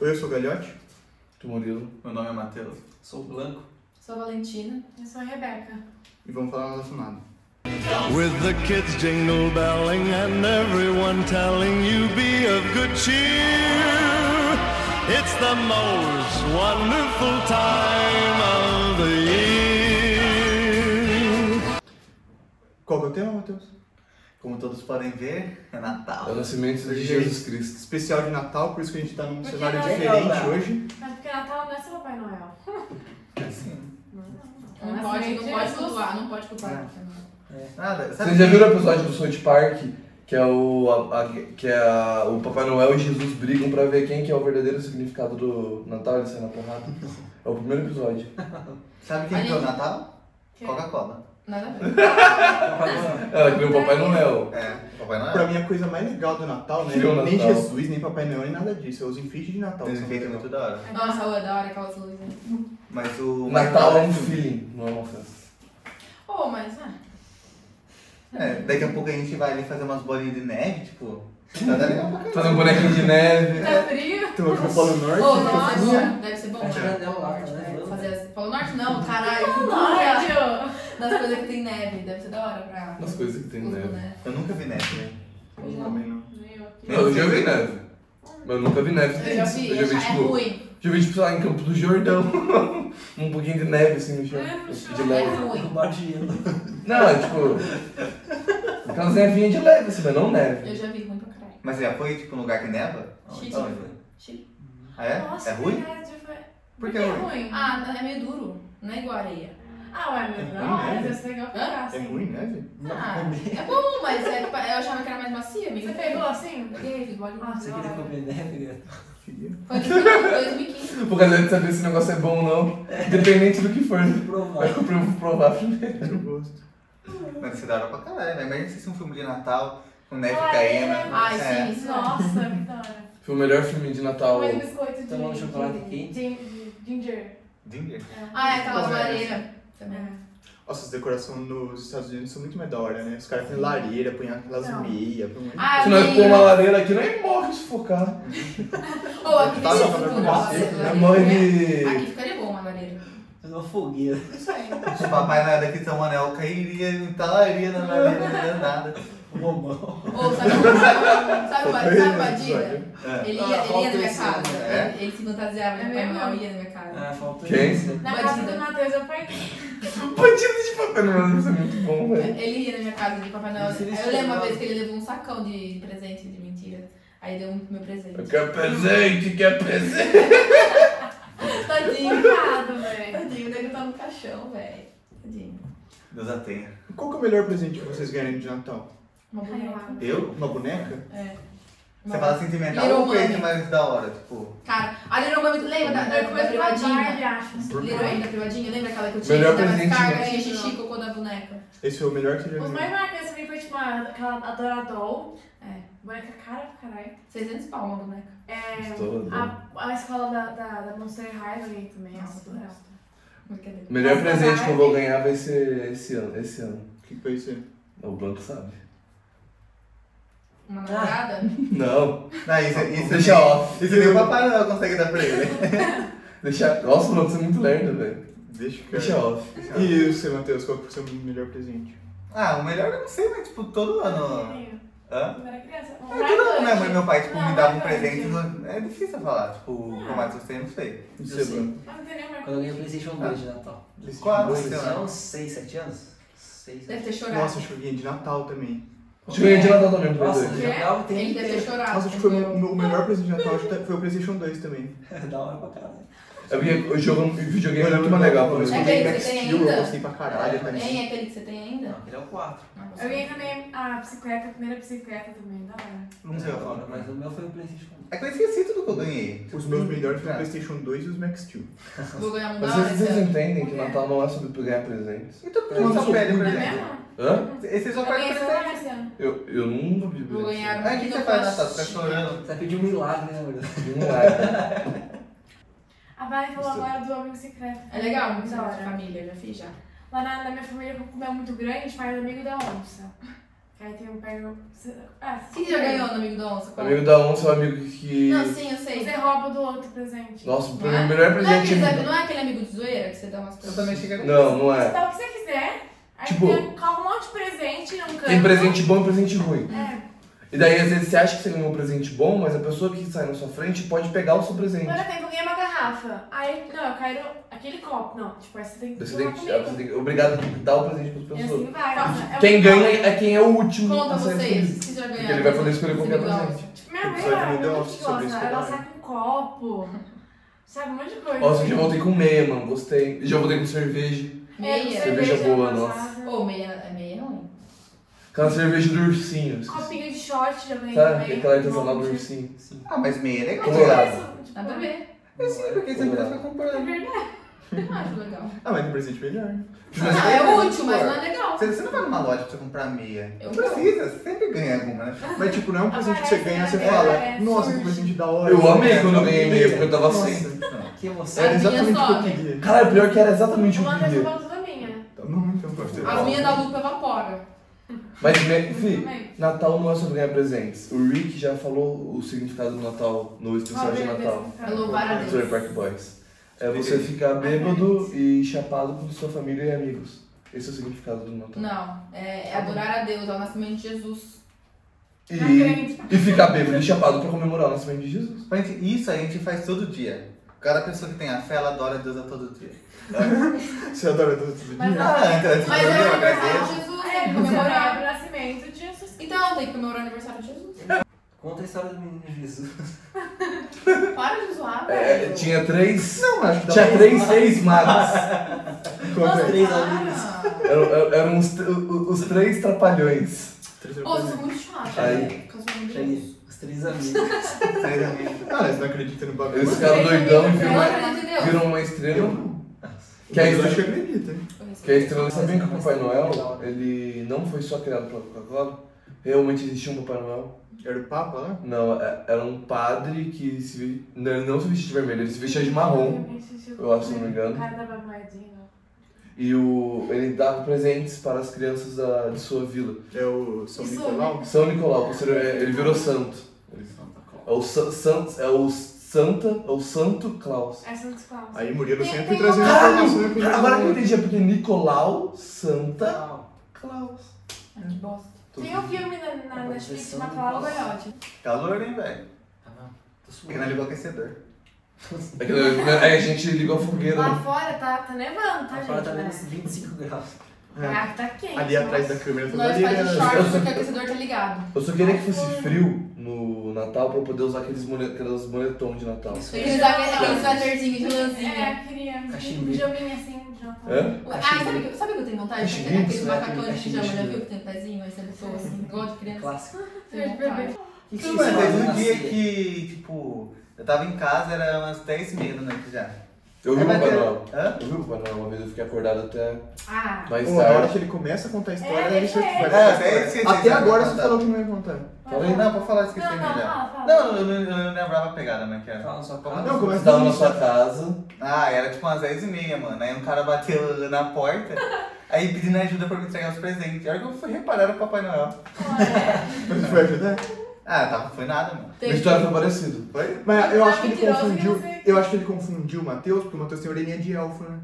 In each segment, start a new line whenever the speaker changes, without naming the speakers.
Eu sou o Galhote.
Do Murilo.
Meu nome é Matheus. Sou Blanco.
Sou a Valentina.
Eu sou a Rebeca.
e vamos falar relacionado.
With the kids jingle belling and everyone telling you be of good cheer. It's the most wonderful time of the year.
Qual que é o tema, Matheus?
Como todos podem ver, é
É o
Natal.
nascimento de Jesus Cristo.
Especial de Natal, por isso que a gente tá num
Porque
cenário
não é
diferente
Natal.
hoje.
Mas porque Natal não é só Papai Noel.
Sim.
Não, não, não.
Não, é
Nasce
pode, não
Jesus.
pode culpar, não pode culpar.
É.
Fernando.
É. Nada. Sabe
Vocês já
que-
viram o episódio do South Park? Que é o. a- a- que é a- o Papai Noel e Jesus brigam pra ver quem que é o verdadeiro significado do Natal e sair na porrada. É o primeiro episódio.
Sabe quem
Olha
que é o
aí.
Natal?
Quem?
Coca-Cola.
É
Nada a ver.
Ela criou É, o Papai Noel.
É, Papai Noel.
Pra mim, a coisa mais legal do Natal, né?
Sim, o
Nem
Natal.
Jesus, nem Papai Noel, nem nada disso. É os enfeites de
Então,
Natal.
Tem
que são
feito
legais.
muito da hora.
Nossa, é da hora aquelas luzes.
Mas tá o.
O Natal é um
Mas-
feeling, não é uma festa.
Ô, mas. Ah,
É, daqui a pouco a gente vai ali fazer umas bolinhas de neve, tipo. Tá dando legal pra caralho.
Fazer um bonequinho de neve.
tá frio?
Tem uma que tá no Polo
Ô,
Norte.
nossa, deve ser bom.
É,
né?
grandão lá,
Polo Norte,
né?
né? Fazer as... Polo Norte não, caralho. Olha,
Não,
Das coisas que tem neve, deve ser da hora pra.
As coisas que tem
uso,
neve.
né?
Eu nunca vi neve, né?
Eu Também não.
eu aqui.
Não, eu já vi neve. Mas eu nunca vi neve.
Eu já vi,
Eu já vi,
é
tipo,
ruim.
Já vi, tipo, lá em Campo do Jordão. um pouquinho de neve, assim, no chão.
É, no chão.
De
É
leve.
ruim.
Não, é tipo... Aquelas nevinhas de leve, assim, mas não neve.
Eu já vi ruim pra caralho.
Mas você já foi, tipo, um lugar que neva?
Chile.
Então, foi.
Chile.
Ah, é?
Nossa,
é ruim?
verdade, foi-
Por
Por
que
que
é
é
ruim?
ruim?
Ah, é meio duro. Não é igual a areia.
Ah, ué, mas
É
não,
ruim, né?
mas esse legal pra cá,
É
assim.
ruim, neve?
Ah, é bom, mas é, tipo, eu achava que era mais macia, amiga.
Você pegou assim?
Peguei, fiz bolinha.
Ah,
Você queria comer neve? né?
Foi em 2015.
Por causa de saber se o negócio é bom ou não. Independente do que for. né? Vai
Provar.
comprar vou provar primeiro.
Eu gosto.
Mas se da hora pra caralho, né? Imagina se fosse um filme de Natal com neve
Ah, é?
caindo.
né? Ai,
É.
sim, isso não.
Nossa, que da hora.
Foi o melhor filme de Natal.
Mas biscoito de...
Então, Tomar um chocolate
de-
quente.
de- de Ginger.
Dinger.
Ah, é aquelas
Correto.
lareiras também.
É.
Nossa, as decorações nos Estados Unidos são muito mais da hora, né? Os caras põem lareira, põem aquelas
Não.
meias, põem... um
Ah,
Se nós
amiga.
pôr uma lareira aqui, é nós morre sufocar.
Ô, aqui
Tá,
tem
só pra
tudo,
ver
nossa,
você.
lareira,
A mãe
né?
de...
Aqui ficaria bom uma lareira.
Fazer uma fogueira.
Isso aí.
Se o papai Noel daqui de São Manuel cairia, entalaria na nave, não ia nada.
Um romão.
Ou sabe, é? sabe, sabe, sabe o Badira? Ele ia,
É.
Ah,
ele ia na
falta
minha
isso,
casa.
né?
Ele, ele se fantasiava de
É
Papai
mesmo?
Noel e ia na minha
É.
casa.
Ah, faltou
Quem?
isso, né?
Na casa
Bandida.
do Matheus eu perdi.
Bandido de papai Noel, isso é muito bom, velho.
Ele ia na minha casa de Papai Noel.
Mas ele
Eu lembro uma
chegava.
vez que ele levou um sacão de presente de mentira. Aí deu um pro meu presente.
Quer presente, quer presente.
Tadinho.
Coitado, velho.
Tadinho, dele tá no caixão, velho. Tadinho.
Deus a tenha.
Qual que é o melhor presente que vocês ganharam de Natal?
Uma boneca.
Eu?
Uma boneca?
É.
Você fala sentimental
Little
ou coisa
Money.
mais da hora? Tipo,
Cara, a Little Mama, lembra da, da,
Depois
da
do Barbie,
privadinha?
acho.
Little Mama da privadinha, lembra aquela que eu tinha?
Melhor
que dava
presente,
descarga,
né?
tinha xixi, cocô da boneca.
Esse foi o melhor que você já
Os
ganhou.
mais marcantes pra mim foi, tipo, a- aquela Adoradol.
É.
Boneca cara pra caralho.
600 pau uma boneca.
É...
Todo.
A, a escola da, da, da Monster High eu ganhei também. é
Nossa,
Nossa, adorava.
Brincadeira.
O melhor
Nossa,
presente que eu
Barbie.
vou ganhar vai ser esse ano. Esse ano.
O que foi isso aí?
O banco sabe.
Uma namorada?
Não.
não, isso, é- isso
Deixa
nem-
off.
Isso nem o papai Noel consegue dar pra ele.
Deixa. Nossa, mano, você é muito lerdo, velho.
Deixa eu
Deixa off.
E você, Matheus, qual que foi o seu melhor presente?
Ah, o melhor eu não sei, mas tipo, todo ano. Hã?
Quando era criança. um
É, todo ano minha mãe
marcante.
e meu pai, tipo,
Não,
me davam um
marcante.
presente. não- É difícil falar, tipo, como é que você não sei.
E
Eu sei.
Bruno?
Mas não tem nenhum marcante.
Quando eu ganhei o Playstation 2 de Natal.
Qual?
Dois?
Sei lá.
Tinha uns 6, 7 anos? 6
Deve ter chorado.
Nossa, acho que eu ganhei de Natal também.
Deixa eu ganhar de Natal também, por
Nossa,
dois.
eu jogava o tempo
Ele deve ter
inteiro.
chorado.
Nossa, acho que foi o meu- meu melhor presente de Natal acho que foi o PlayStation 2 também.
Da hora pra caralho.
É porque o jogo o videogame é
Olha,
muito mais legal pra
eu
mim.
É
joguei
que
Max
você tem
Steel, eu
ainda? É.
gostei pra caralho. tá?
Tem aquele que você tem ainda?
Não, ele é o 4.
Não, não
Eu ganhei
sei.
também a bicicleta, a primeira bicicleta também, da hora.
Não sei o que eu falo.
Mas o meu foi o Playstation
É
1.
que eu esqueci tudo que eu ganhei.
Os meus melhores foram o
Ah.
PlayStation 2 e os Max Steel.
Vou ganhar um da
Mas
hora
vocês,
esse
vocês
ano.
entendem que Natal não é sobre ganhar presentes?
Então por
Eu
que
não
só
sou
pede
muito
É
presente?
mesmo?
Hã?
Esse é só
Eu
pede
ganhei esse
presente.
ano, esse ano.
Eu, eu nunca vi
Vou
presente.
ganhar um
Aí o que
Kindle
você faz Natal? Você
Flash.
fica chorando?
Você pediu um milagre, né, Bruno?
Não é.
A Vale falou
Isso.
agora do amigo secreto.
É legal, muito
da
legal de
hora.
família, já fiz já.
Lá na, na minha família, como é muito grande, faz amigo da onça. Que aí tem um pego. você- Ah, você-
Quem já ganhou no Amigo da Onça? Qual?
Amigo da onça é um amigo que.
Não, sim, eu sei.
Você rouba do outro presente.
Nossa,
Não
pra mim,
é?
o melhor
Não é, aquele,
presente.
sabe, não é aquele amigo de zoeira que você dá umas
Eu
coisas.
também cheguei
Não, não
Você
é.
dá o que você quiser. Aí
Tipo-
você coloca um monte de presente num canto.
Tem presente bom e presente ruim.
É.
E daí, às vezes, você acha que você ganhou um presente bom, mas a pessoa que sai na sua frente pode pegar o seu presente.
Por exemplo, eu ganhei uma garrafa. Aí, não, eu quero aquele copo. Não, tipo, aí você tem que
Você tem
é
tomar
que,
comigo.
você tem que obrigado a dar o presente para
E
as pessoas.
assim vai. É
Quem
muito
ganha
bom.
é quem é o último
Conta
a sair
vocês,
escolhido.
vocês já
Uhum. Porque
ganharam.
ele vai poder escolher qualquer
Amigo da Onça.
presente.
Tipo, Minha mãe,
Episódio
ela,
me deu
minha mãe
off
que
sobre isso
gosta. Ela
também.
sai com copo. Sabe, um monte de coisa.
Nossa, eu já voltei com meia, mano. Gostei. E Já voltei com cerveja.
Meia.
Meia.
Cerveja boa, Oh.
Ou meia, é meia ruim.
Aquela cerveja do ursinho. esqueci.
Copinho de shot também.
Sabe?
né?
Aquela artesanal do ursinho.
Sim.
Ah, mas meia é legal.
Colorado.
tipo,
Dá pra ver.
É sim, porque você
Colorado.
não fica
É
comprando.
verdade.
Eu não acho legal.
Ah, mas tem presente melhor.
Não, é útil, mas não é legal.
Você, você não vai numa loja pra você comprar meia.
Eu
não precisa, você sempre ganha alguma, né?
Mas tipo,
Ah,
não é um presente que você ganha e você
Aparece,
fala,
é,
aparece,
nossa,
surge.
que presente da hora. é
Eu amei quando eu ganhei meia, porque eu tava
Nossa,
sem.
Que emoção.
Era
As
exatamente
minhas
o que eu
sobem.
queria.
Cara, pior é que era exatamente o
Uma
que
dessa
eu queria.
volta toda minha.
Tá bom, então, pode ter.
A minha da lupa evapora.
Mas, me- fi,
Também.
Natal não é sobre ganhar presentes. O Rick já falou o significado do Natal no especial de Natal.
É louvar a
Sobre
Deus.
Park Boys. É você ficar bêbado e chapado com sua família e amigos. Esse é o significado do Natal.
Não, é, é adorar a Deus, ao nascimento de Jesus.
Na
E,
frente.
e ficar bêbado e chapado pra comemorar o nascimento de Jesus.
Gente, Isso a gente faz todo dia. Cada pessoa que tem a fé, ela adora Deus a todo dia.
Você adora todo dia.
Mas não.
Ah, então,
Mas é o
eu
aniversário
agradeço.
de Jesus, tem
É,
que
comemorar o
comemorar.
nascimento de Jesus.
Então, tem que comemorar o aniversário de Jesus.
Conta a história do menino Jesus.
Para de zoar,
É,
velho.
tinha três.
Não, acho que dá
Tinha
pra-
três reis magos.
Conta aí.
Três
Para.
amigos.
Eram, eram- eram os, os os três trapalhões.
Ô, vocês são muito chato,
Aí.
né? Com as mãos de Deus.
Cheguei. Os três amigos.
Três amigos.
Ah, você não acredita no bagulho.
Eles ficaram doidão e
Ela
viram,
acredita em Deus.
viram uma estrela.
Eu não.
Que é
Mas eu
isso?
acho que acredita, hein?
Eu respeito.
Que é a estrela sabiam que o Papai Noel, ele não foi só criado pela Coca-Cola. Realmente existia um Papai Noel.
Era o Papa lá?
Não, é- era um padre que se vi- não, ele não se vestia de vermelho, ele se vestia de marrom. eu acho, se não me engano.
O um cara dava moedinha.
E o, ele dava presentes para as crianças da, de sua vila.
É o São
Isso,
Nicolau?
São Nicolau, posterior- ele virou santo. É o, Sa- San- é o Santa, é o Santo Claus.
É Santos Claus.
Aí Murilo
Tem- um
sempre
tem
trazendo
uma-
informação né, pra
Cara, Agora que eu entendi, é porque Nicolau, Santa,
Natal.
Claus.
Ah, que bosta.
Tem um filme na, na
Uma
Netflix
versão
chamado Cláudio
do-
Goiotti.
tipo, Calor, hein, velho?
Tá bom. Tô
Porque não ligou o
suando.
aquecedor.
É que Aí a gente ligou a fogueira.
Lá
né?
fora tá, tá nevando, tá,
Agora
gente?
tá
né?
menos 25 graus.
É.
Ah, tá quente.
Ali atrás da
nossa.
câmera tá
Nós
ali,
faz de
né?
short porque o aquecedor tá ligado.
Eu só queria que fosse frio no Natal pra eu poder usar aqueles mole- aquelas moletom de Natal.
Tem que usar aquele, aquele suéterzinho de lãzinha.
É, queria um
Cachimbo.
joguinho assim de Natal.
Hã?
Ai, sabe, que- sabe que eu tenho vontade?
Acho
Aquele, aquele
lindo,
macacão de
acho
pijama, já
lindo.
viu que tem um pezinho? Aí você pessoa assim, igual de criança. Ah.
Clássico.
Tenho vontade.
O que que
Sim,
vocês
mano, teve
fazem
um
na
dia
ceia?
que, tipo, eu tava em casa, era umas 10 e meia da noite já.
Eu vi o
Aí
Papai
bateu-
Noel.
Hã?
Eu vi o Papai Noel uma vez, eu fiquei acordado até
Ah,
mais
Pô, a hora
tarde.
que ele começa a contar a história,
É,
ele
deixa
já vai
ele.
É,
contar a
até
história.
esqueci,
Até
você
agora
vai
você
contar.
falou que não ia contar.
vai
Falei,
lá.
Não, pode falar, esqueci
Tá Não, não,
né?
melhor.
fala, fala.
Não, eu não, eu não lembrava a pegada, mas que era.
Fala Tá na sua
Fala,
casa.
Não, começa
Você tava na sua casa.
Ah, era tipo umas 10 e meia, mano. Aí um cara bateu na porta, aí pedindo ajuda pra me entregar os presentes. A hora que eu fui reparar era o Papai Noel.
Olha,
Mas você vai ajudar?
Ah, tá, foi nada, mano.
A
Tem-
história foi parecida.
Foi?
Mas eu
Ele
acho que ele
tá mentiroso,
confundiu.
eu não sei.
Eu acho que ele confundiu o Matheus, porque o Matheus tem orelhinha de elfo, né?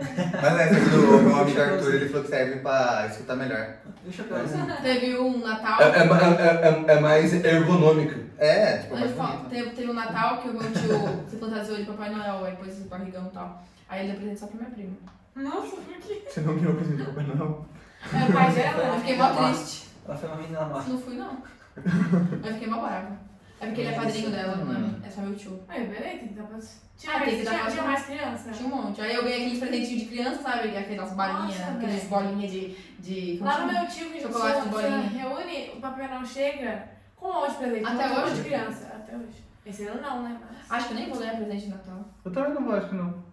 é verdade.
Mas essa do meu amigo Arthur, ele falou que serve pra escutar melhor.
E o chapéuzinho?
Teve um Natal.
É, é, é- é- é mais ergonômica.
É, tipo,
Ele
mais
fala-
bonito.
teve, teve um Natal que o meu tio se fantasiou de Papai Noel, aí pôs esse barrigão e tal. Aí ele deu presente só pra minha prima.
Nossa, por quê?
Você não ganhou presente do Papai Noel.
É o pai dela?
Eu fiquei mó triste.
Ela foi uma menina má.
Não fui, não. Eu fiquei mó brava. É porque ele é padrinho dela, mano. É só meu tio.
Aí, peraí, tem que dar pra... Tinha,
Ah, tem que
mais-
dar
tinha-
pra-
tinha mais criança?
Tinha um monte. Aí eu ganhei aqueles presentinhos de criança, sabe? Aquelas bolinhas,
Nossa,
aqueles
velho.
bolinhas de. de como
Lá no
chama?
meu tio, que a gente
Chocolate Tipo, de
se-
bolinha.
se reúne, o Papai Noel chega com um monte de presente.
Até
um monte
hoje? Ah.
de criança, até hoje. Esse ano não, né? Mas...
Acho que eu nem vou ganhar presente de Natal.
Eu também não gosto, não.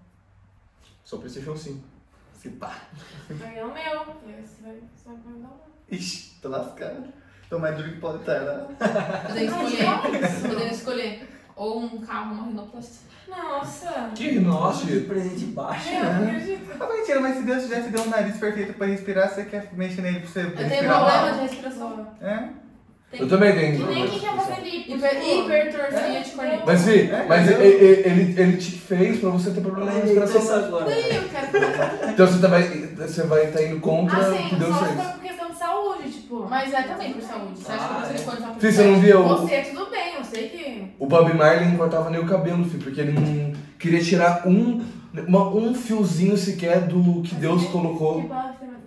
Só PlayStation 5.
Se pá.
Ganhou o meu. Esse vai só pra me dar um.
Ixi, tô lascado. Tô mais duro que pode estar, né?
Eu tenho que escolher. Eu tenho que escolher. Ou um carro, uma rinoplastia. É.
Nossa.
é
Que
Nossa, que
noite!
presente baixo,
Meu, não
né?
acredito.
Ah, mentira, mas se Deus já te deu um nariz perfeito pra respirar, você quer mexer nele pra você
Eu tenho
respirar mal?
problema de respiração.
É?
Eu também tenho.
Que nem
problema
quem
de
quer
expressão.
fazer lipo.
Hiper,
tipo,
hipertrofia de
é,
corneta.
Mas Vi,
É,
mas
entendeu?
e- e- ele, ele te fez pra você ter problema de respiração.
Daí eu quero.
Então você tá, vai você vai tá indo contra o que
Assim,
Deus
só se
fez.
for por questão de saúde, tipo.
Mas é também por saúde. Você acha que
Ah,
você
é.
silicone tá por
Fih, você não via o,
Você, tudo bem, eu sei que.
o Bob Marley cortava nem o cabelo, filho, porque ele não queria tirar um, uma- um fiozinho sequer do que Deus colocou,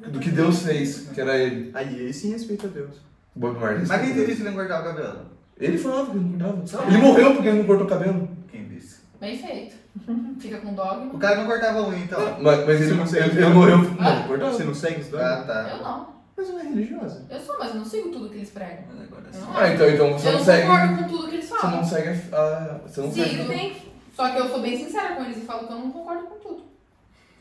do que Deus fez, que era ele.
Aí ele sim respeita a Deus.
O Bob Marley.
Mas quem te disse não cortar o cabelo?
Ele falava que ele não cortava. Ele morreu porque ele não cortou o cabelo.
Quem disse?
Bem feito. Fica com dogma.
O cara não cortava unha, então.
Mas, mas ele,
Você não sei.
ele, ele morreu. Não,
Ah.
ele cortava.
Você não segue isso daí?
Ah, tá.
Eu não.
Mas ela é religiosa.
Eu sou, mas eu não sigo tudo que eles pregam. Eu não
Ah, então, então você
Eu
não
não
segue.
concordo com tudo que eles
Você
falam.
não segue a. a- Você não
Sim,
segue.
eu tenho- Só que eu sou bem sincera com eles e falo que eu não concordo com tudo.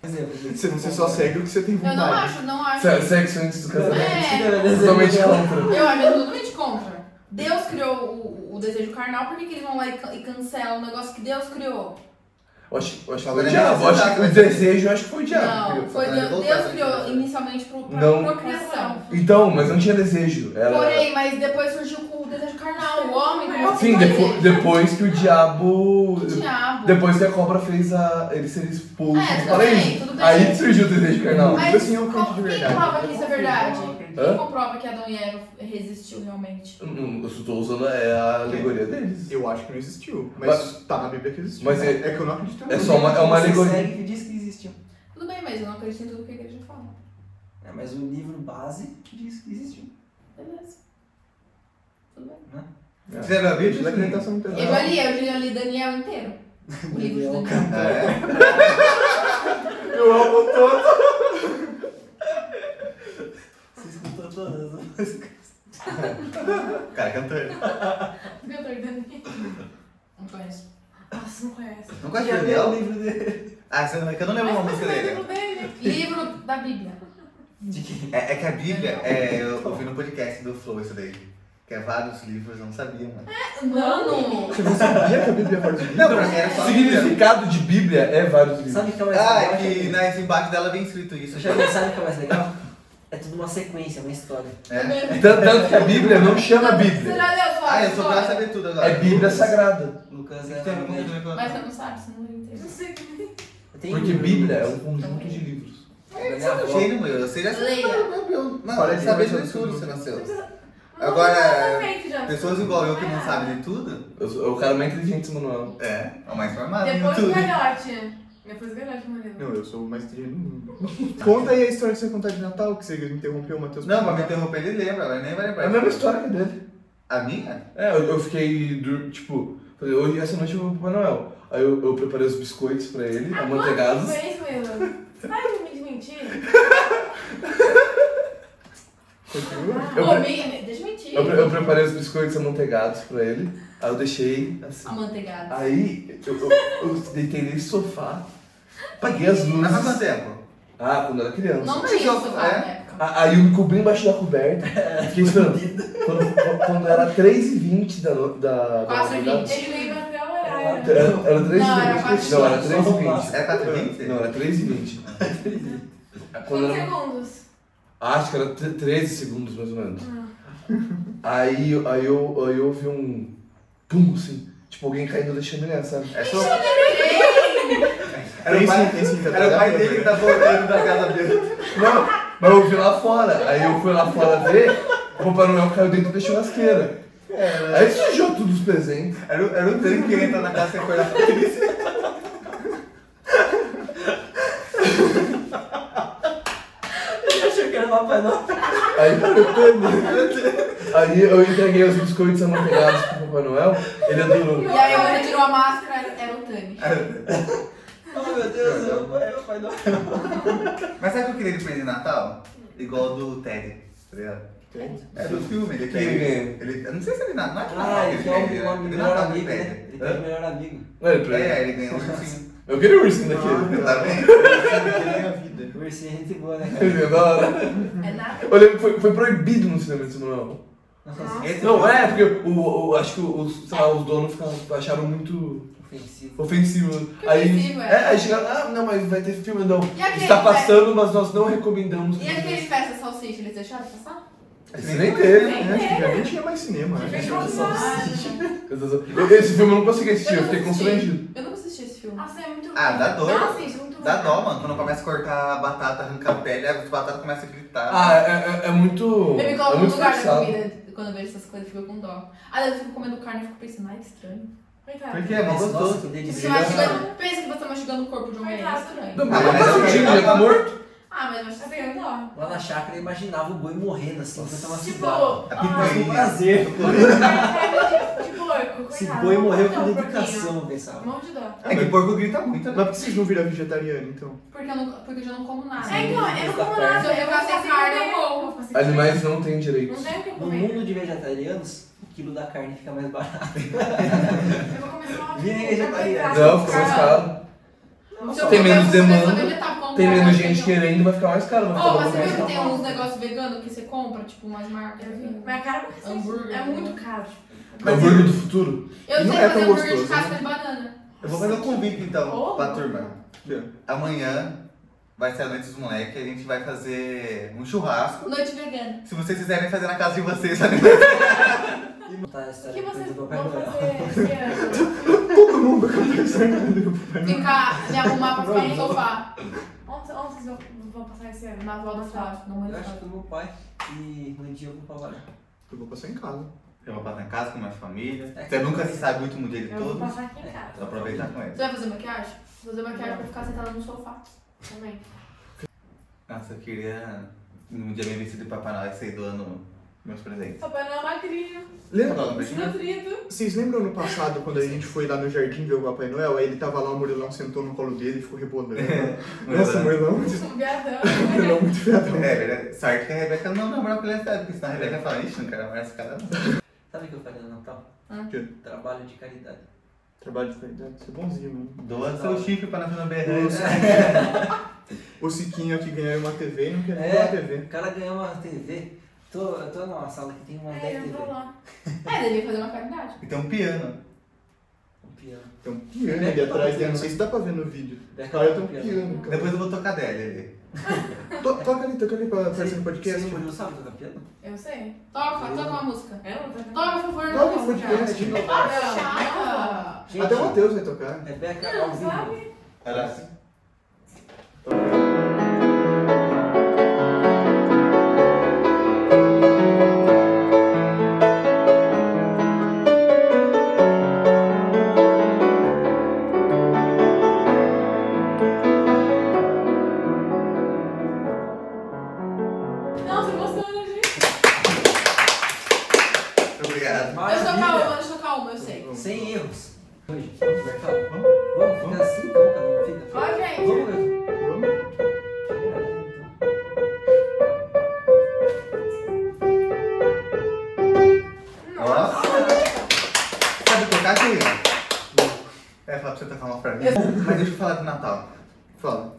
Você, você só segue o que você tem
Eu
vontade.
não acho, não acho.
Se- Sexo antes do casamento.
É.
Totalmente contra.
Eu acho totalmente contra. Deus criou o, o desejo carnal, por que, que eles vão lá e, can- e cancelam um negócio que Deus criou?
Eu acho, eu acho que foi o
Agora é
diabo. eu acho que o
necessário.
desejo eu acho que foi o diabo. que
não,
criou.
foi
Satanás
Deus,
voltar,
Deus criou
né?
inicialmente pro, pra
Não.
procriação.
Então, mas não tinha desejo. Era...
Porém, mas depois surgiu o desejo carnal, o homem. começou a
Sim,
fazer.
depo- depois que o diabo.
Que diabo.
Depois que a cobra fez a. ele ser expulso
É,
do
tudo bem,
paraíso.
tudo bem.
Aí surgiu o desejo carnal.
Mas
Assim é um
qual-
canto de
quem
verdade.
prova que isso é verdade?
Hã?
Quem comprova que Adão e Eva resistiu realmente?
Hum, Eu estou usando é, a alegoria deles.
Eu acho que não existiu. Mas,
Mas-
tá na Bíblia que existiu.
Mas é-
é que eu não acredito
É
muito.
só uma, é uma alegoria.
que diz que existiu.
Tudo bem, mas eu não acredito em tudo que a igreja fala.
É, mas o livro base diz que existiu.
Beleza. Tudo bem.
É.
Fizeram a
Bíblia de
Bíblia?
então.
alimentação não tem nada.
Eu já li, eu já li Daniel inteiro. O livro de Daniel.
É.
Eu amo todo.
Você escutou todas né? as músicas.
Cara, cantor.
Cantor Daniel.
Não conheço.
Nossa, não conhece.
Não gosta de
Já leu o
Daniel?
livro dele.
Ah, você não é que eu não lembro uma música
né?
dele.
Livro da Bíblia.
De quem?
É, é que a Bíblia, é, eu ouvi no podcast do Flow isso daí. Que é vários livros, eu não sabia, mano.
Mano!
Você não sabia que a Bíblia é fora de
Não, porque era só Bíblia.
Significado de Bíblia é vários livros.
Sabe o que é mais legal?
né?
Ah, que na, embaixo dela vem escrito isso. né?
Sabe o que é mais legal? É tudo uma sequência, uma história.
É.
Tanto, tanto que a Bíblia não chama
Você
Bíblia.
já leu fora?
Ah, eu sou pra saber tudo agora.
É Bíblia Sagrada.
Lucas é.
Tem alguma coisa também pra-
Mas você não sabe, você não leu inteiro.
Tem
Porque
livro.
Bíblia é um conjunto de livros.
Minha
Você é um
avó-
gênio, meu. Você já
Leia.
Meu, meu. Não,
Olha,
Olha,
ele vai
saber do
ser
escuro
tudo.
você nasceu.
Agora.
Pessoas igual eu que não sabem de tudo,
Eu sou- eu- O cara é mais inteligente, Manuel.
é, é o mais formado em
Depois o
tudo.
galhote. Depois o galhote, Murilo.
Não, eu sou o mais inteligente do mundo. Conta aí a história que você contar de Natal, que você interrompeu o Matheus.
Não, mas me interromper ele lembra, ela nem vai lembrar.
É a mesma história que a dele.
A minha?
É, eu, eu fiquei, dur- tipo, falei, hoje essa noite eu vou pro Papai Noel. Aí eu, eu preparei os biscoitos pra ele, amanteigados.
Foi isso, Murilo. Para de me desmentir.
Continua.
Eu,
Pô,
pre-
me- né? deixa eu mentir.
eu, pre- eu preparei os biscoitos amanteigados pra ele, aí eu deixei assim.
Amanteigado.
Aí eu, eu, eu deitei nesse sofá, apaguei as
Mas faz
luzes.
quanto tempo?
Ah, quando eu era criança.
Não
Mas
tinha
eu-
isso né? na
é?
época.
A- Aí eu me cobri embaixo da coberta, fiquei esperando. Quando, quando era 3h20 da, no- da, da
Quatro e
madrugada-
vinte.
Ele veio até o horário.
Era, era 3
Não, era
h 20
quatro
Não, era
e
3
vinte.
h 20
Era 420?
Não, era 3 h 20 Quando
5
era,
segundos.
acho que era tre- 13 segundos, mais ou menos. Aí, aí, eu, aí eu ouvi um pum, assim. Tipo, alguém caindo da chaminé, sabe?
É só... Era
Era
o pai,
tem sim,
era o pai dele que tá voltando da casa dele.
Não, mas eu ouvi lá fora. Aí eu fui lá fora ver, o Papai Noel caiu dentro da churrasqueira. Aí sujou tudo os presentes.
Era, o- era o tanque que entra na casa e acordar feliz.
Ele achou que era Papai Noel.
Aí, aí eu entreguei os biscoitos amanteigados pro Papai Noel, ele adorou.
E aí você tirou a máscara, era, era o Tani.
Oh meu Deus, é o Pai- é o Papai Noel.
Mas sabe o que eu queria de presente de Natal? Igual do Ted, tá ligado? É do filme, ele
Quem
quer.
ganha?
Ele, eu não sei se ele na- não é de Natal,
Ah, ele
ele
tem um-
pede,
um
né? É de
melhor
Natal que
amigo, né?
pede.
Ele tem um melhor amigo.
Não, ele pra
É, ele ganhou um ursinho.
Eu queria o ursinho daquele.
Tá vendo?
a vida.
O ursinho é gente boa, né, cara?
Ele é da hora.
É nada.
Eu lembro que foi, foi proibido no cinema de São Manuel.
Nossa.
Esse
Não, é, porque o, o- acho que os, sei lá, os donos ficaram, acharam muito
Ofensivo.
ofensivo.
Que
aí,
ofensivo, é.
é. aí chegaram, ah, não, mas vai ter filme não.
E aquele
Está
fe-
passando, mas nós não recomendamos.
E aquele festa salsicha, eles deixaram passar?
Esse nem teve,
Nem
né?
Acho É, que já nem tinha mais cinema. né?
Tive
Acho que era só-
Esse filme assim. eu não consegui assistir, eu
não
fiquei
assisti.
constrangido.
Eu não assisti esse filme.
Nossa, é muito ruim.
Ah, dá dor.
Não assiste, é muito ruim.
Dá dó, mano. Quando começa a cortar a batata, arrancar a pele, as batatas começam a gritar.
Ah, é, é- é muito.
Eu me
é
coloco no
muito
lugar da
forçado.
comida quando eu vejo essas coisas, eu fico com dó. Ah, eu fico comendo carne e fico pensando, ai, que estranho.
Coitado.
Porque é mal
Mas, nossa,
gostoso.
que
Tipo,
delícia.
você mastigando, pensa que você tá mastigando o corpo de um homem, é estranho.
Não, mas
Ah,
não faz
mas é
sentido,
verdade.
ele tá morto.
Ah, mas eu acho
Tá
estranho.
pegando dó.
Lá na chácara eu imaginava o boi morrendo assim, enquanto eu tava
Tipo,
sugado.
A
ai,
Mas com
picanha.
prazer.
cara de de porco.
Esse
coitado.
boi morreu
Não,
com
porquinho.
dedicação, eu pensava.
Mão de dó.
É que porco grita muito,
Ah, Mas
né?
por que vocês não viram vegetariano, então?
Porque eu, não, porque eu já não como nada.
É, então, eu não como nada.
Se eu ficar sem carne, eu
vou
morro.
ficar sem
Animais não têm direitos.
Não tem o que
No
comer.
mundo de vegetarianos, o quilo da carne fica mais barato.
Eu vou começar uma
Vira vegetariano.
Não, fica mais caro.
Se eu
Tem
comer,
menos
se eu comer,
demanda,
eu deveria tá com
Tem
carne,
menos
eu
gente
tenho-
querendo, vai ficar mais caro. Vai ficar
Ô, mas
mais
você
caro.
viu que tem uns negócios veganos que você compra, tipo umas marcas?
Mas cara porque
Hambúrguer.
é muito caro.
É o burro do futuro.
Eu
Não
sei
é
fazer
tão
hambúrguer de
gostoso,
casca de banana.
Eu vou fazer um convite
Tá,
então
Oh.
pra turma. Amanhã vai ser a noite dos moleques, a gente vai fazer um churrasco.
Noite vegana.
Se vocês quiserem fazer na casa de vocês,
E montar a
O
história
que
depois
vocês
do
vão
Papai Noel.
fazer esse ano?
Todo mundo acabou pensando.
Ficar, me arrumar pra ficar no sofá.
Onde, onde vocês vão, vão passar esse ano?
Na avó da Flávia, na mãe
Eu
da
acho que
Flávia.
do meu pai. E no dia eu vou trabalhar.
Eu vou passar em casa.
eu vou passar em casa com a minha família. Você nunca se sabe o último dia de
Eu vou
todos.
passar
É.
aqui em casa
Vou aproveitar com
Você
eles.
vai fazer maquiagem? Vou fazer maquiagem pra ficar sentada no sofá.
É.
também.
Nossa, eu queria um dia me vestido de Papai Noel e sair doando meus presentes. um
Papai Noel magrinho,
Lembra?
Não, não precisa.
desnutrido.
Vocês lembram no passado, quando a gente foi lá no jardim ver o Papai Noel? Aí ele tava lá, o Murilão sentou no colo dele e ficou rebolando. Nossa, o Murilão,
Um viadão.
o Murilão é muito fiadão.
É, verdade. Sorte que a Rebeca não namorou pela idade, porque senão a Rebeca fala, ixi, não quero mais esse cara. não."
Sabe o que eu faria no Natal?
Hum.
quê?
Trabalho de caridade.
Trabalho de qualidade, você é bonzinho, mano.
Doa seu chifre pra Natana Berrante.
O Siquinho, o Siquinho aqui ganhou uma TV e não quer nem dar uma TV.
É, O cara ganhou uma TV. Tô, eu tô numa sala que tem uma
É,
10
eu
TV.
vou lá.
É, devia fazer uma caridade.
E tem um piano.
Um piano.
Tem um piano ali atrás dele, não sei se dá pra ver no vídeo. O cara tem um piano, cara.
Depois eu vou tocar dela ali.
To- Toca ali, toca ali pra aparecer no
Você
um podcast.
não Murilo, sabe tocar piano?
Eu sei.
Toca, toca uma música.
É,
Eu não tô
Toca,
tá
por favor,
Toca
não
no
música.
podcast.
Chata.
Gente,
Até o Matheus vai tocar.
Rebeca, ao
Não,
vivo.
sabe?
Era assim.
Não, você gostou, né, gente?
Obrigado.
Eu sou calma,
Maravilha.
eu sou calma, eu sei.
Sem erros. Hoje, vamos pro mercado? Vamos, vamos ficar assim, vamos, cada um fica.
Ó, gente.
Vamos, Gabi.
Vamos?
Nossa. Sabe tocar, querida? É, falar pra você tocar uma pra mim. Mas deixa eu falar do Natal.
Fala.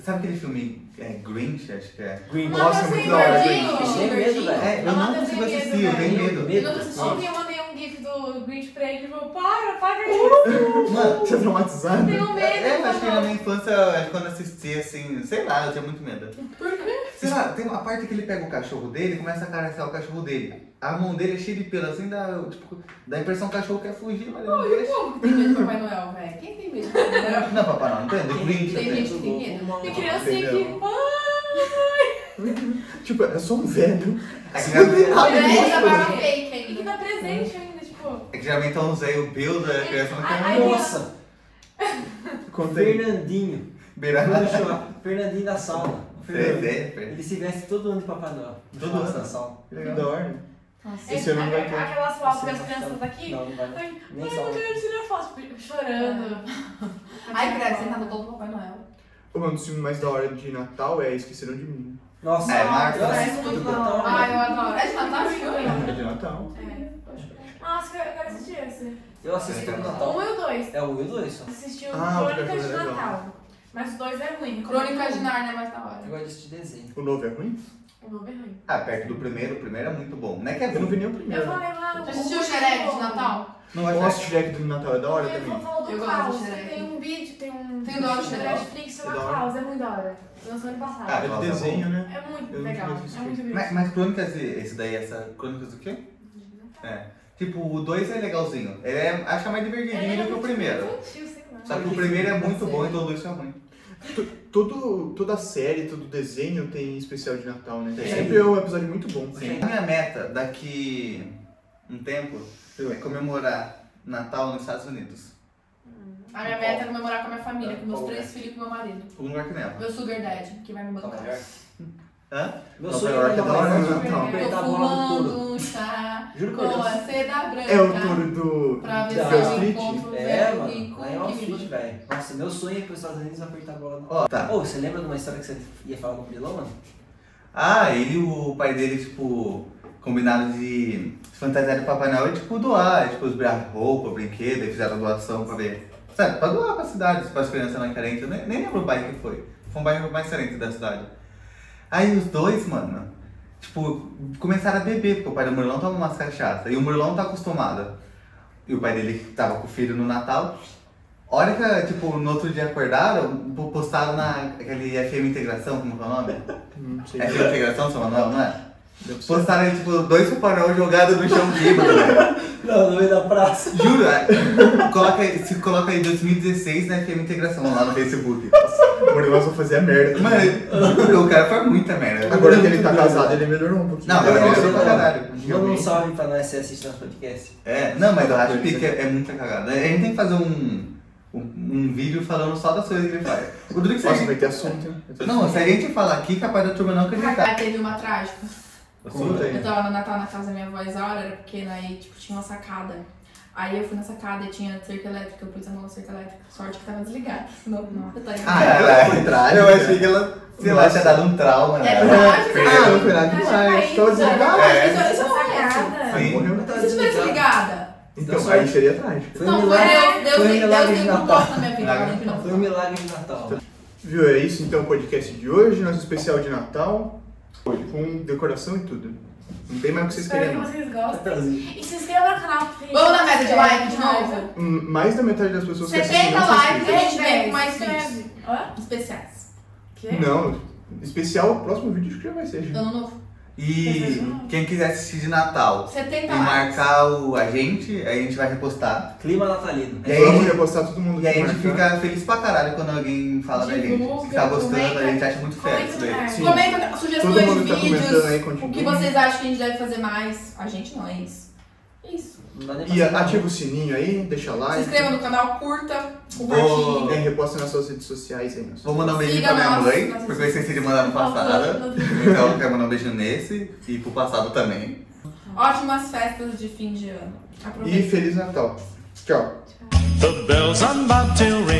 Sabe aquele filme é, Grinch, acho que é?
Green.
Uma
Nossa,
vez
muito
eu
da
assim,
hora,
engordei,
gente.
eu
Tem
engordei.
medo, velho.
É, eu
Amanda,
não consigo
eu tenho
assistir,
medo,
eu tenho
velho.
medo.
Eu não assisti.
Ontem eu mandei um gif do Grinch pra ele e falou, para, para isso.
Mano,
Você é traumatizado?
Tenho medo,
É, eu
por
acho que na
favor.
minha infância, eu- quando assisti, assim, sei lá, eu tinha muito medo.
Por quê?
Sei lá, tem uma parte que ele pega o cachorro dele e começa a acariciar o cachorro dele. A mão dele é cheia de pelo, assim, dá, tipo, dá a impressão que o cachorro quer fugir, mas ele não
E o
deixa.
povo que tem medo do Papai Noel, velho? Quem tem medo do Papai Noel?
Não, papai, não, não tem? Do Grinch,
Tem
até.
gente que tem medo.
E criancinha que,
Entendeu?
pai,
Tipo, é só um velho.
É que
Não tem
geralmente-
nada
Ele é
disso.
barba fake
tem que
ainda.
dar tá presente ainda, tipo.
é que geralmente eu usei o Bill da é criança não
Ai,
quer
ai.
Nossa,
Conta aí.
Fernandinho.
beirar
Vamos
nada.
chorar. Fernandinho da sauna. O Fernandinho.
Fernando.
Ele se veste todo ano de Papai Noel. No
Todo
churrasco
ano?
da sauna.
Que é da hora.
Nossa,
É,
Esse eu não vai ter.
aquelas fotos que as
Esse
crianças
não.
daqui.
Não, não vai.
Ai,
Nem
Ai, eu não
sauna.
quero tirar foto, tipo, chorando.
É. Ai, credo, você tá no todo do Papai Noel.
Ô, Mano, o filme mais da hora de Natal é Esqueceram de Mim.
Nossa,
É, Marcos.
eu assisto tudo
Muito
Natal.
bom.
Ai, eu adoro. É de Natal, filme?
É de Natal.
É. Nossa, eu quero assistir esse.
Eu assisto tudo Natal.
Um e o dois.
É o Will 2 só.
Assisti o
Ah, o
Crônicas de
Crônicas é legal.
Natal. Mas o dois é ruim.
Crônica de Nárnia é mais da hora.
Eu gosto de desenho.
O novo é ruim?
O meu berranho.
Ah, perto do primeiro, o primeiro é muito bom. Não é que é
Eu não
ruim.
vi nem o
Eu
primeiro.
falei lá. né,
Você assistiu o Shrek de Natal?
Não
Nossa, o Shrek do Natal é da hora
Eu vou
também.
falar do
Eu gosto
Klaus.
do Shrek.
Tem um vídeo, tem um
Tem o Dora
vídeo da
Shrek.
Netflix
É
chama
da hora.
Klaus. É muito da hora. Lançou ano
Ah,
passado.
É do
Nossa,
desenho, né?
É muito
eu não
legal.
tinha
É muito bonito.
Mas, mas Crônicas, e- esse daí, essa. Crônicas do quê? É. Tipo, o 2 é legalzinho. Ele é, acho que é mais divertidinho do que o primeiro.
Infantil, É, sei lá.
Só que o primeiro é muito bom e todo isso é ruim.
Tudo, toda série, todo desenho tem especial de Natal, né?
Tem.
Sempre é um episódio muito bom.
Sim. A minha meta daqui um tempo é comemorar Natal nos Estados Uniunidos.
A minha meta é comemorar com a minha família, com meus
Qual
três filhos e com meu marido.
Um lugar que neva.
Meu sugar daddy, que vai me
Nova
bancar.
York.
é Hã?
Hum. Meu
Nova
sonho
York
é
é da hora,
Nova
né?
York.
Não.
Tô
Apertar a bola no touro.
fumando um chá
Juro por
com
Deus.
a seda branca.
É o touro do.
Pra ver
Da-
se eu
Street?
encontro um
É,
velho
mano,
rico
lá em Wall
que me
Street, velho. Nossa, meu sonho é ir pros Estados Unidos apertar a bola no.
Ó, tá.
Ô, você lembra de uma história que você ia falar com o Bilão, mano?
Ah, ele e o pai dele, tipo, combinaram de se fantasiar de Papai Noel e, tipo, doar. Tipo, os bra- roupa, brinquedo, e fizeram doação pra ver. Sabe, pra doar pra cidade, pra as crianças mais carentes. Eu nem, nem lembro o bairro que foi. Foi um bairro mais carente da cidade. Aí os dois, mano, tipo, começaram a beber, porque o pai do Murlão toma umas cachaça. E o Murlão tá acostumado. E o pai dele que tava com o filho no Natal. A hora que, tipo, no outro dia acordaram, postaram naquele FM Integração, como que é o nome?
Não sei.
É aquela integração, seu Manuel, não é?
Deve ser.
Postaram, tipo, dois paparão jogados no chão bêbado, velho.
Não, no meio da praça.
Juro, é. coloca, aí- se coloca aí 2016 na FM Integração lá no Facebook.
Agora nós vamos fazer a merda.
Mano, juro, o cara faz muita merda.
Agora que ele tá casado, ele melhorou um pouquinho.
Não, agora ele melhorou pra
Manda um
caralho.
salve pra nós se assiste nosso podcast.
É, não, mas eu acho que é, é muita cagada. A gente tem que fazer um, um, um vídeo falando só das coisas que ele faz. O Rodrigo, se a
Nossa,
gente-
vai ter assunto, hein?
Não, se a gente falar aqui, capaz da turma não acreditar.
Ah, teve uma trágica.
Assunto aí.
Eu tava no Natal na casa da minha avó Isaura, era pequena, aí tipo, tinha uma sacada. Aí eu fui na sacada e tinha cerca elétrica, eu pus a mão na cerca elétrica. Sorte que tava desligada, senão não, tá eu estaria.
Ah, é,
trágico,
Eu achei que ela, sei lá, tinha dado um trauma, né?
É trágico.
Ah, não foi
Eu
nada
tinha
demais.
caído,
Tô
sabe?
desligado.
É.
Isso- isso é uma
Sacada.
Sim.
ah, Morreu. né?
Tá
Se eu tivesse
desligado.
ligada.
Então, aí seria trágico.
Foi um
Não, foi
milagre.
Deus, Deus,
Foi um
tem- Deus,
milagre
tem
de
um
Natal.
propósito na minha vida,
Milagre
né?
Foi um milagre de Natal.
Viu? É isso então o podcast de hoje, nosso especial de Natal, com decoração e tudo. Não tem mais o que vocês
Espero
querem.
que
não.
vocês gostem. E se inscreva no canal. porque
Vamos na meta de
é,
like de
raiva.
novo?
Hum, Mais da metade das pessoas que
70
assistem não são
likes.
inscritas.
A gente vem com mais
Escreve. Hã?
Especiais.
Quê?
Não, especial, o próximo vídeo acho que já vai ser. gente.
Ano novo.
E quem quiser assistir de Natal
70
e
likes.
marcar o, a gente, aí a gente vai repostar.
Clima natalino.
E aí,
É, Vamos repostar todo mundo
E aí a gente
marcar.
fica feliz pra caralho quando alguém fala da gente. Se tá gostando, a gente acha muito fera isso daí.
Sim.
Comenta
Todo
sugestões de
mundo tá comentando aí,
vídeos.
continua.
O que vocês acham que a gente deve fazer mais? A gente não é isso. Isso.
Não dá nem pra
E
falar.
ativa o sininho aí, deixa
Se
like.
inscreva no canal, curta,
E
compartilhe.
aí, reposta nas suas redes sociais aí.
Vou mandar um beijinho
Siga
pra minha
nós,
mãe,
nós
porque eu esqueci de mandar no passado. Então eu quero mandar um beijo nesse e pro passado também.
Ótimas festas de fim de ano.
E
Aproveita.
Feliz Natal. Tchau.
The bells on Bobtail ring. Oh, Oh,